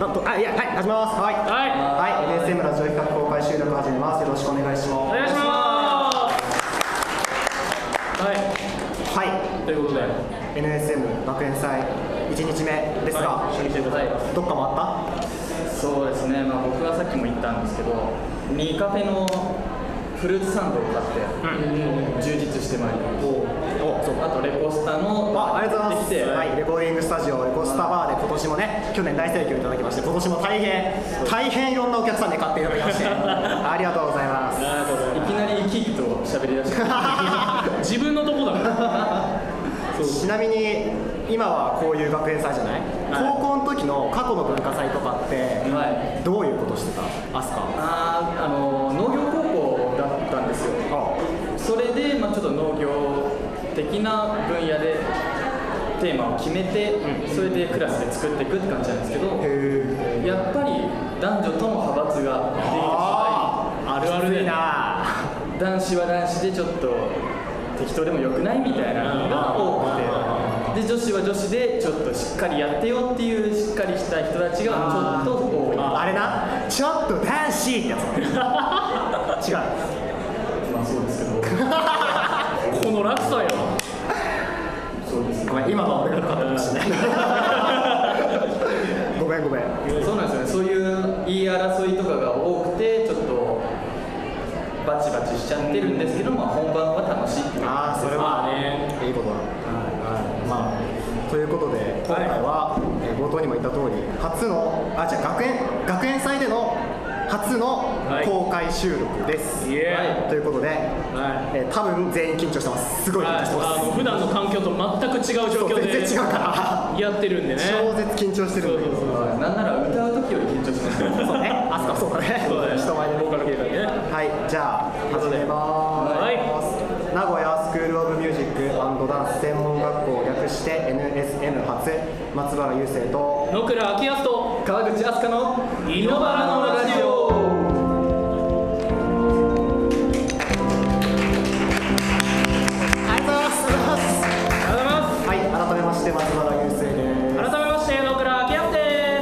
なんとあいやはい始めますはいはいはい NSM ラジオ企画公開収録始めますよろしくお願いしますお願いしますははいいということで NSM 学園祭一日目ですが、はい初日でございますどっかもあったそうですね、まあ、僕はさっきも言ったんですけど、ミカフェのフルーツサンドを買って、充実してまいりました。おそうあと、レコスタの、あありがとうございますできてはい、レコーディングスタジオレコスタバーで今年もね去年大盛況いただきまして今年も大変大変いろんなお客さんで買っていただきましてありがとうございますありがとうございいきなり生き生きと喋り出 して、ます自分のとこだからちなみに今はこういう学園祭じゃない、はい高校の時の過去の文化祭とかってはいどういうことしてたアスカあーあの農業高校だったんですよ。それで、まあ、ちょっと農業的な分野でテーマを決めて、それでクラスで作っていくって感じなんですけど、へえやっぱり男女とも派閥が出てきてあるあるでな男子は男子でちょっと適当でもよくないみたいなのが多くてで女子は女子でちょっとしっかりやってよっていうしっかりした人たちがちょっと多いあれなちょっと男子ってや つ違うまあそうですけどこの落差よそうですごめん今のは俺が良かったかもしれない ごめんごめんそうなんですよねそういう言い争いとかが多くてちょっとバチバチしちゃってるんですけど、まあ、本番は楽しいっていうああそれまあはねいいことだまあということで今回は、えー冒頭にも言った通り初のあじゃあ学園学園祭での初のはい公開収録です、イエはということで、はえー多分全員緊張してますすいごい緊張してます、あの普段の環境と全く違うそ状う況全然違うでかやってるんらでね超絶緊張してるんだけどそうそうなんなら歌う時より緊張しましたそうねあすかそうだねそうだね人前でボーカル系だねはいじゃあ始めます、はい名古屋スクール・オブ・ミュージックダンス専門学校を略して NSM 初松原雄生と野倉昭康と川口飛鳥のイノバラのラジオありがとうございますありがとうございますはい改めまして松原雄生です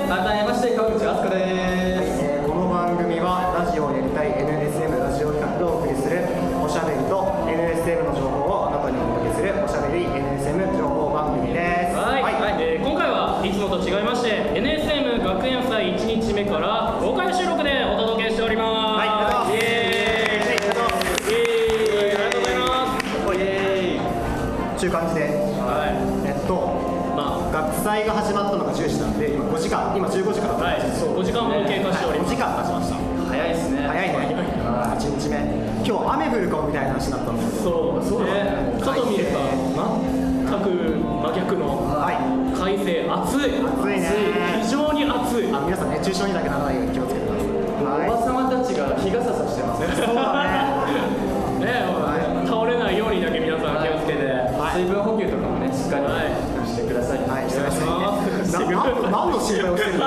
改めまして野倉昭康です改めまして川口飛鳥ですえーこの番組はラジオをやりたい NSM ラジオ企画をお送りするおしゃべりと NSM の情報をあなたにお届けするおしゃべり NSM 情報番組ですはい、えー今回はいつもと違いまして NSM 学園祭1日目から公開収録でお届けしておりますはいありがとうございますイエーイありがとうございますイエーイありがとうございますイエーイという感じでえっはといま学祭が始まったのが10時なんで今5時間今15時からあはいお時間も経過しており5ます時間経ちました早いですね早いね1日目今日雨降るかもみたいな話になったんですけどそうそうね外見れば全く真逆のはい快晴暑い暑いね非常に暑いあ皆さん熱中症にだけならないように気をつけてくださいおばはさまたちが日傘さしてますねいそうだねね倒れないようにだけ皆さん気をつけて水分補給とかもねしっかりはいしてください、はいしてくださいねお願いしなまなんのす何の 心配をしてる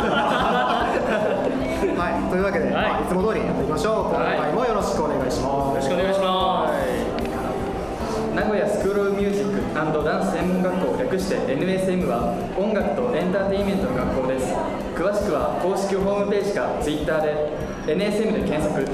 んだはいというわけで、まあいつも通りやっていきましょう今回もよろしくお願いしよまろすしくお願いします名古屋スクール・オブ・ミュージックダンス専門学校略して NSM は音楽とエンターテインメントの学校です詳しくは公式ホームページか Twitter で NSM で検索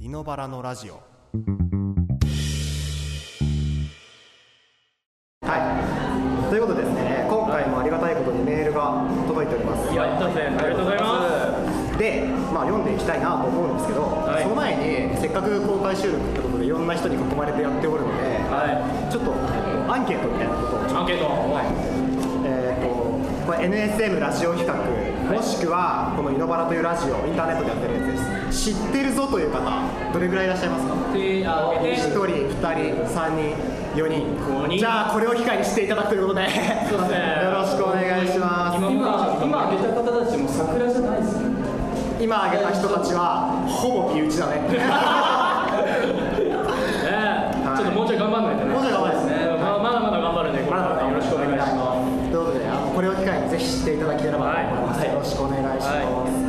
イノバラのラジオはいということでですね今回もありがたいことにメールが届いておりますやったぜありがとうございますで、まあ、読んでいきたいなと思うんですけど、いその前にせっかく公開収録ってことでいろんな人に囲まれてやっておるので、はちょっとアンケートみたいなことをちょっとアンケートえーとこれ NSM ラジオ企画、もしくはこの「イノバラ」というラジオインターネットでやってるやつです知ってるぞという方どれぐらいいらっしゃいますか手あげて1人2人3人4人五人じゃあこれを機会にしていただくということでよそうですねろしくお願いします今今挙げた方たちも桜じゃないですね今挙げた人たちはほぼ身内だね ねはいちょっともうちょい頑張んないとねもうちょい頑張るんですねまあまだまだ頑張るんでこれからねよろしくお願いしますということであのこれを機会にぜひ知っていただければと思います、はいよろしくお願いします、は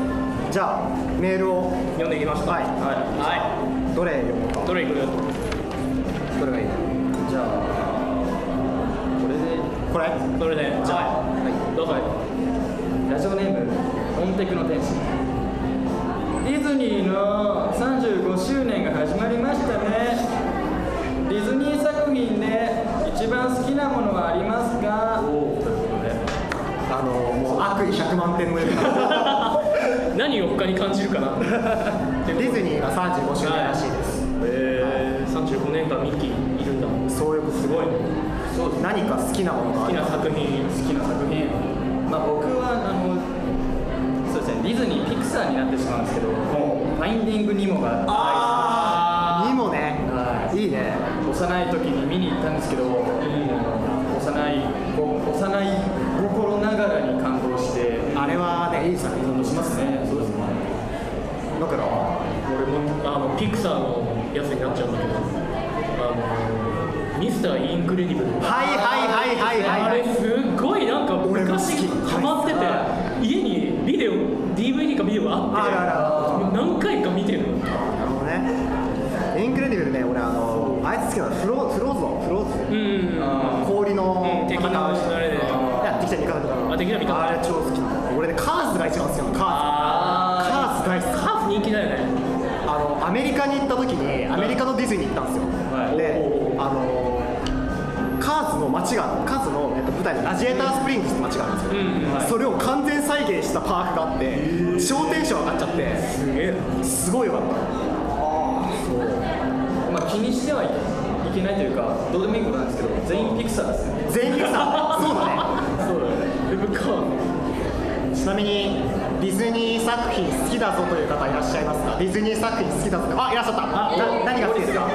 じゃあメールを読んでいきましたはいはどれ読むいどれいくどれがいいじゃあこれでこれそれでじゃあ、どうぞラジオネーム音テクの天使ディズニーの35周年が始まりましたねディズニー作品で一番好きなものはありますかということであのもう悪意100万点の何を他に感じるか なディズニーが35周年らしいです、えー、35年間ミッキーいるんだそういうことすごいねそうですね何か好きなものがあ好きるな作品好きな作品まあ僕はあのそうですねディズニーピクサーになってしまうんですけどもうファインディングニモがあにもねはいいいね幼い時に見に行ったんですけど、幼いこ幼い心ながらに感動してあれはねいい作品感動しますねそうですねだから俺もあのピクサーのやつになっちゃうんだけどあのミスターインクレディブルはいはいはいはいあはいれすっごいなんか俺も好昔きハマってて家にビデオ DVD かビデオあってあらあ何回か見てるなるほどねインクレディブルね俺あのあいつ好きなのフロフローゾンフローズうんうんうんあ氷のうん敵のあれでやってきた味方とかあ敵の味方あれ超好きなの俺ねカーズが一番好きなのカーズカあーズ大好きーハーフ人気だよねあのアメリカに行った時にアメリカのディズニー行ったんですよ、はいでおあのカーズの街がカーズの、えっと、舞台のラジエータースプリングスって街があるんですよ、うんそれを完全再現したパークがあって超テンション上がっちゃっすげえなてすごいよかったまあ気にしてはいけないというかどうでもいいことなんですけど全員ピクサーですね全員さそうだねそうだよねで向こうちなみにディズニー作品好きだぞという方いらっしゃいますかディズニー作品好きだぞってあいらっしゃったな何が好きですか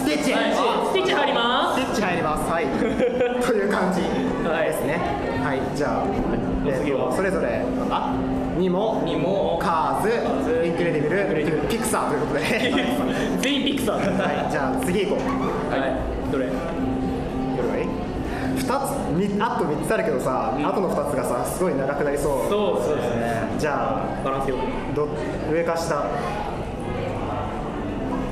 ステッチはいステッチ入りまステッチ入ります。はい。という感じですね。はい。じゃあ、え次ーはとそれぞれあにもにもカーズインクレディブルピクサーということで。はい。す全員ピクサーだじゃあ次行こう。はいどれどれがいい？二つみあと三つあるけどさ、あとの二つがさすごい長くなりそう。そうそうですねじゃあバランスよくど上か下上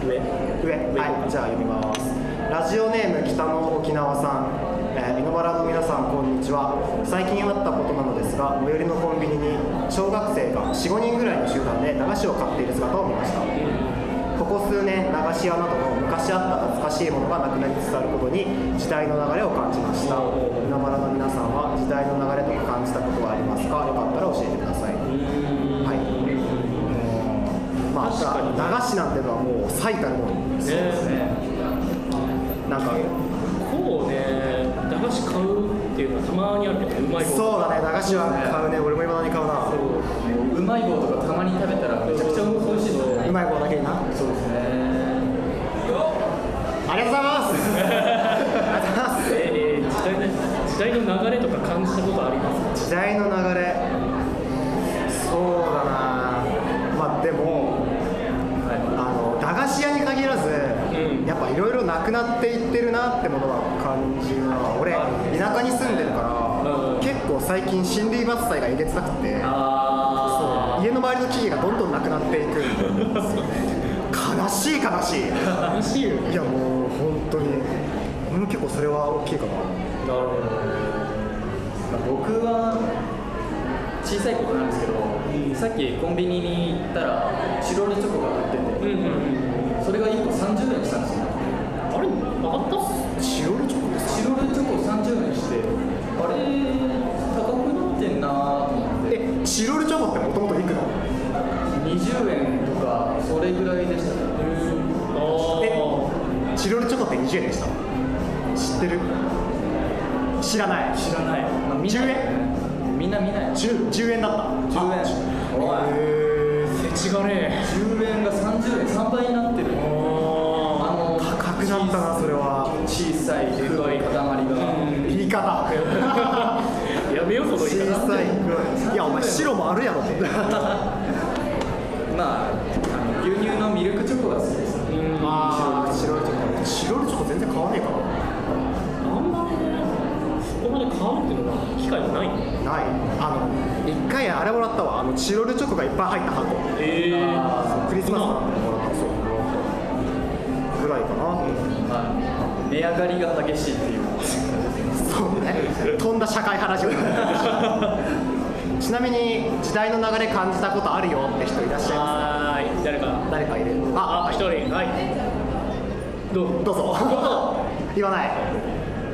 上はいじゃあ読みますラジオネーム北の沖縄さん、えー、井ノ原の皆さんこんにちは最近あったことなのですが最寄りのコンビニに小学生が45人ぐらいの集団で駄菓子を買っている姿を見ましたここ数年駄菓子屋などの昔あった懐かしいものがなくなりつつあることに時代の流れを感じましたおー海原の皆さんは時代の流れとか感じたことはありますかよかったら教えてくださいはいまあ確かに駄菓子なんてのはもう最たるものそうですねなんかこうね駄菓子買うっていうのはたまにあるけどうまいそうだね駄菓子は買うね俺も今何買うなうまい棒とかたまに食べたらめちゃくちゃ美味しいですねうまい棒だけになそうですねありがとうございますありがとうございますえー、時代ね時代の流れとか感じたことありますか時代の流れそうだなまあでもはあの駄菓子屋に限らず、うんやっぱいろいろなくなっていってるなってものは感じるな俺田舎に住んでるから、うん結構最近森林伐採がえげつなくてあ家の周りの木々がどんどんなくなっていく悲しい悲しい楽しいよねいやもう本当に俺も結構それは大きいかななるほまあ僕は小さいことなんですけど、さっきコンビニに行ったらチロルチョコが売ってどうて、んうんうんそれが1個30円したんですよあれ上がったっすチロルチョコですチロルチョコ30円してあれ高くなってんなーと思ってえチロルチョコってもともといくの20円とかそれぐらいでしたねあえチロルチョコって20円でした知ってる知らない知らない、まあ、みんな10円みんな見ない 10, 10円だったあ10円おいへーあせちがね10円が30円3倍になってるえああの高くなったなそれは小さい黒い塊が、言い方ーやめようその小言い方さいいやお前白もあるやろってまあ、あの牛乳のミルクチョコが好きです。うんああチロルチョコチロルチョコ全然買わねえかなあんまりねそこまでで変わるっていうのは機会がないのないあの一回あれもらったわあのチロルチョコがいっぱい入った箱ええクリスマスなんでもらったそうぐらいかな、はい値上がりが激しいっていうそうね飛んだ社会派ラジオ ちなみに時代の流れ感じたことあるよって人いらっしゃいまはーい誰かす誰かいるああ一人はいどうどうぞどうぞ 言わない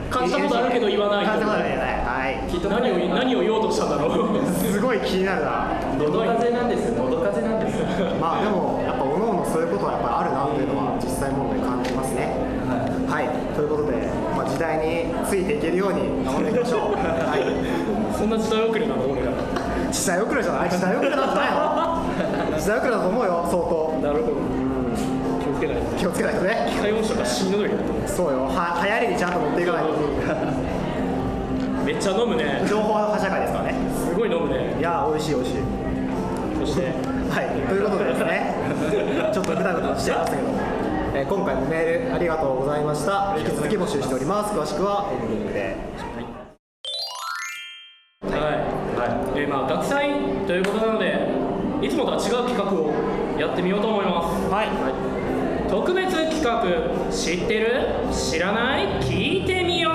感じたことあるけど言わない感じたことあるけど言わないはきっと何を何を言おうとしたんだろういすごい気になるなのど風なんですのど風なんですまあでもやっぱ各々そういうことはやっぱりあるなっていうのは実際問題感じますねははいということで、まあ、時代についていけるように頑張っていきましょうはいそんな時代遅れなの俺らな時代遅れじゃない時代遅れなんじゃないの時代遅れだと思うよ相当るほど気をつけないと気をつけないとね機械音痴とか死ぬのよそうよは流行りにちゃんと持っていかないめっちゃ飲むねと情報は社会ですからねすごい飲むねいやー美味しい美味しいそしてはいということでですねちょっとぐだぐだしてましたけど、えー今回もメールありがとうございました引き続き募集しております詳しくはエンディングではい、えーまあ学祭ということなのでいつもとは違う企画をやってみようと思いますはい、特別企画知ってる知らない聞いてみよう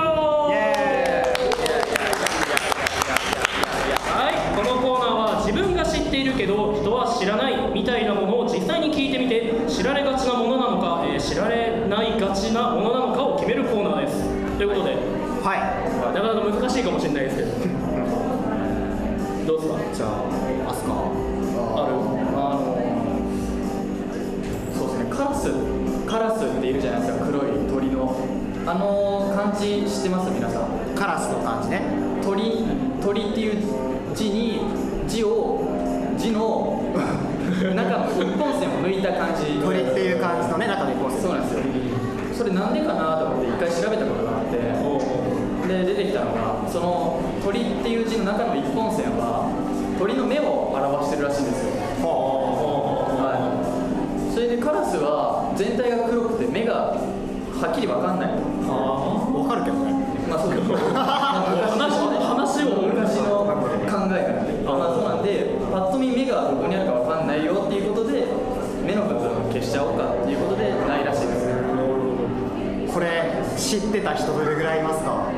はいこのコーナーは自分が知っているけど人は知らないみたいなものを実際に聞いてみて知られがちなものなのか、えー知られないがちなものなのかを決めるコーナーですということで、はいなかなか難しいかもしれないですけど どうですかじゃあアスカあるあのそうですねカラスカラスっているじゃないですか黒い鳥のあの漢字知ってます皆さんカラスの感じね鳥鳥っていう字に字を字の中の一本線を抜いた感じ鳥っていう感じのね中でこうそうなんですよそれなんでかなと思って一回調べたことがあってで出てきたのがその鳥っていう字の中の一本線は鳥の目を表してるらしいんですよはいそれでカラスは全体が黒くて目がはっきり分かんないわかるけどねまあそうです話を話を昔の考えからねまあそうなんでパッと見目がどこにあるかわかんないよっていうことで目の部分を消しちゃおうかっていうことでないらしいですこれ知ってた人どれぐらいいますか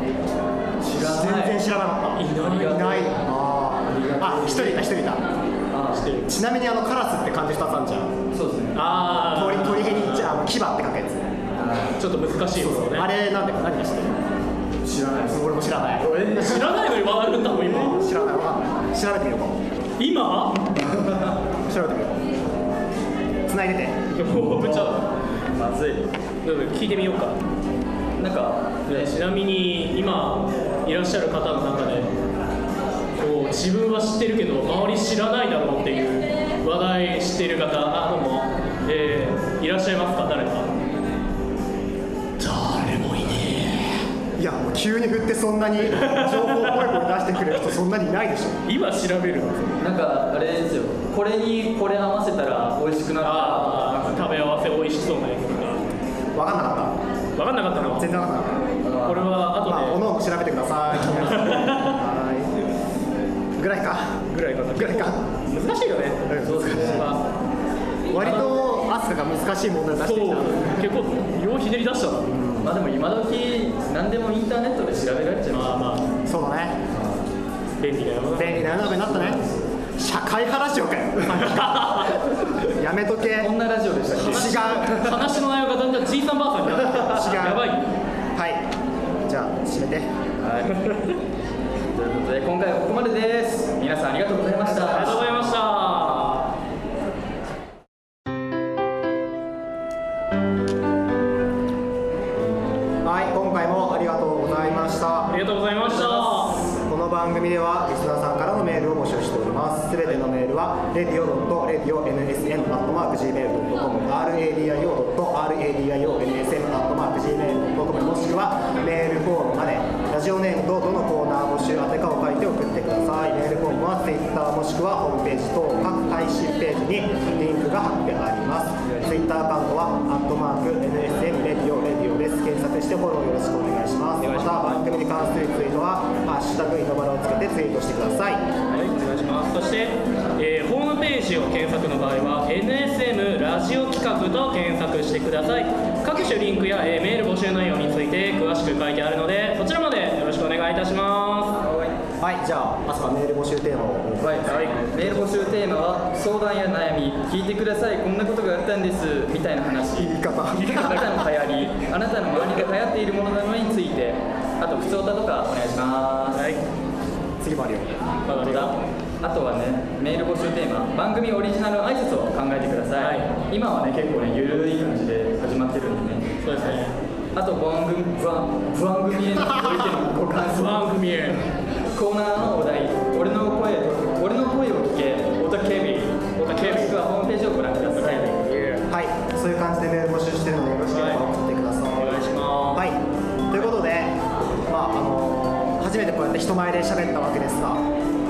知全然知らなかったいないいないあーあ一人いた一人いたあ知ってるちなみにあのカラスって漢字2つあるじゃんそうですねあ鳥鳥へにじゃああの牙って書くやつあちょっと難しいですよねあれなんで何がしてる知らないです俺も知らない知らないのに笑うんだもん今知らないわかんない調べてみようか今調べてみよう繋いでてもうぶっちゃまずいどうぞ聞いてみようかなんかでちなみに今いらっしゃる方の中でこう自分は知ってるけど周り知らないだろうっていう話題してる方あどうも、えーいらっしゃいますか誰か誰もいねいやもう急に振ってそんなに情報をポリポリ出してくれる人そんなにいないでしょえ今調べるのなんかあれですよこれにこれ合わせたら美味しくなるあー食べ合わせ美味しそうなやつとかわかんなかっ分かんなかったのた全然わかんなかっこれはたまあ後おのおの調べてくださいはいぐらいかでぐらいかなぐらいか難しいよねうんそうですね割とアスカが難しい問題出してそうきた結構ようひねり出したなまあでも今時何でもインターネットで調べられちゃいまますあまあそうだね便利だよな便利な世の中になったね社会派ラジオかよやめとけ違うこんなラジオでしたっけ話の内容がだんだんじいさんばあさんになって違うやばいよはいじゃあ締めてはいということで今回はここまでです皆さんありがとうございましありがとうござたいましたはい今回もありがとうございましたありがとうございましたこの番組ではリスナーさんからのメールを募集しておりますすべてのメールは radio.radio.nsn.gmail.com radio.radio.nsn.gmail.com もしくはメールフォームまでラジオネームとどのコーナー募集宛てかを書いて送ってくださいメールフォームは Twitter もしくはホームページ等各配信ページにリンクが貼ってあります Twitter アカウントは「アットマーク #NSM レディオレディオ」です検索してしてフォローよろしくお願いしますお願いしますまた番組に関するツイートは「ハッシュタグイノバラ」をつけてツイートしてくださいはい、お願いします。そして、えーホームページを検索の場合は NSM ラジオ企画と検索してください。各種リンクや、えーメール募集内容について詳しく書いてあるので、そちらまでよろしくお願いいたしま。はいじゃあ朝メール募集テーマをはい、メール募集テーマは相談や悩み聞いてくださいこんなことがあったんですみたいな話言い方あなたの流行りあなたの周りで流行っているものなどについてあと普通歌とかお願いしますすはい、次もあるよわかりましたあとはねメール募集テーマ番組オリジナル挨拶を考えてください、は今はね結構ねゆるい感じで始まってるんでねそうですね。あと番組不安不安組へのご意見ご感想番組へ。コーナーのお題俺の声俺の声を聞けオタケビオタケビはホームページをご覧くださはいいそういう感じでメール募集してるのでよろしければ送ってください、お願いしまはす。い、ということで、まああの初めてこうやって人前で喋ったわけですが、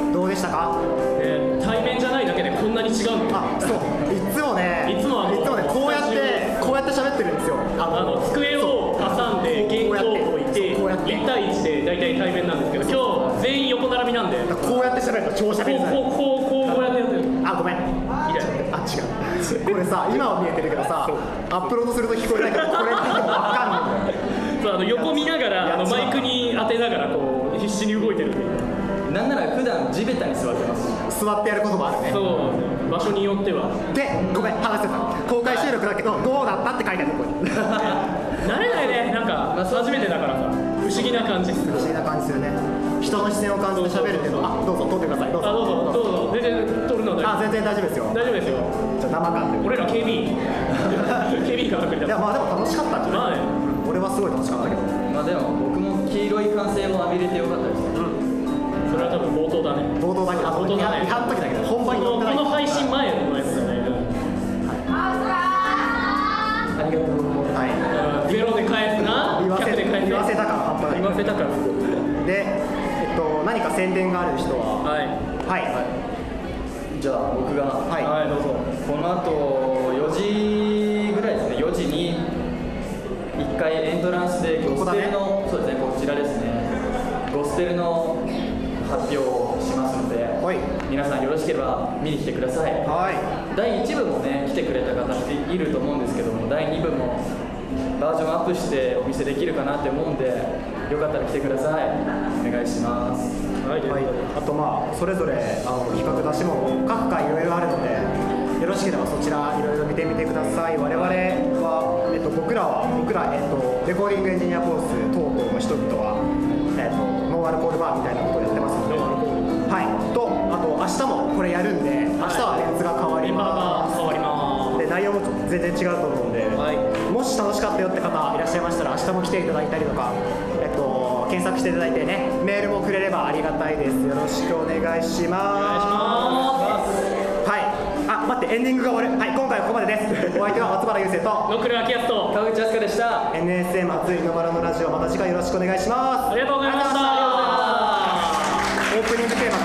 どうでしたかえー対面じゃないだけでこんなに違うんだあそう、いつもね、いつもあのね、こうやって、こうやって喋ってるんですよ、あの机を挟んで原稿を置いてそうこうやって1対1で大体対面なんですけど今日全員横並びなんでここうやって喋ると超う喋りづらい、こうこうこうこうやってやってるみあ、ごめん、あ、たいな違う、これ さ、今は見えてるけどさ、アップロードすると聞こえないけど、これってもう分かんないんだよ、そうあの横見ながらあのマイクに当てながらこう必死に動いてるっていうなんなら普段地べたに座ってます座ってやることもあるね。そう場所によってはで、ごめん、話してた、公開収録だけど、どうだったって書いてあるここに。慣れないねなんか初めてだからさ不思議な感じする不思議な感じするね人の視線を感じて喋るっていうのはあどうぞ撮ってくださいどうぞあどうぞどうぞ全然撮るのあは大丈全然大丈夫ですよ夫大丈夫ですよじゃあ生感で俺 ら KB KB が隠れいやたまあでも楽しかったんじゃないまあね俺はすごい楽しかったけどまあでも僕も黄色い歓声を浴びれてよかったですねそれは多分冒頭だね冒頭だけあ冒頭だね違反の時だけど本番こに乗のってないこの配信前のやつだね、ありがとうはゼロで返すない言わせ100で返す言わせた感半端言なわせたからはいでえっと何か宣伝がある人はいはいじゃあ僕がははいどうぞこの後4時ぐらいですね4時に1回エントランスでゴスペルの、そうですねこちらですねゴスペルの発表をしますので、はい皆さんよろしければ見に来てくださいは第1部もね来てくれた方っていると思うんですけども第2部もバージョンアップしてお見せできるかなって思うんでよかったら来てくださいお願いしますはいい、はい、あとまあそれぞれあの企画出しも各回いろいろあるのでよろしければそちらいろいろ見てみてください我々は、えっと、僕らは僕ら、えっと、レコーディングエンジニアコース等々の人々は、えっと、ノンアルコールバーみたいなことをやってますので、はい、とあと明日もこれやるんで明日はメンツが変わメりンバーまが変で内わります容も全然違うと思うんで、すはいもし楽しかったよって方いらっしゃいましたら明日も来ていただいたりとか、えっと、検索していただいてねメールもくれればありがたいですよろしくお願いしまあすはいあ待ってエンディングが終わるはい今回はここまでですお相手は松原雄生とーノクルアキヤスト川口飛鳥でした NSM 初井のバラのラジオまた次回よろしくお願いしますありがとうございましたオープニングテーマ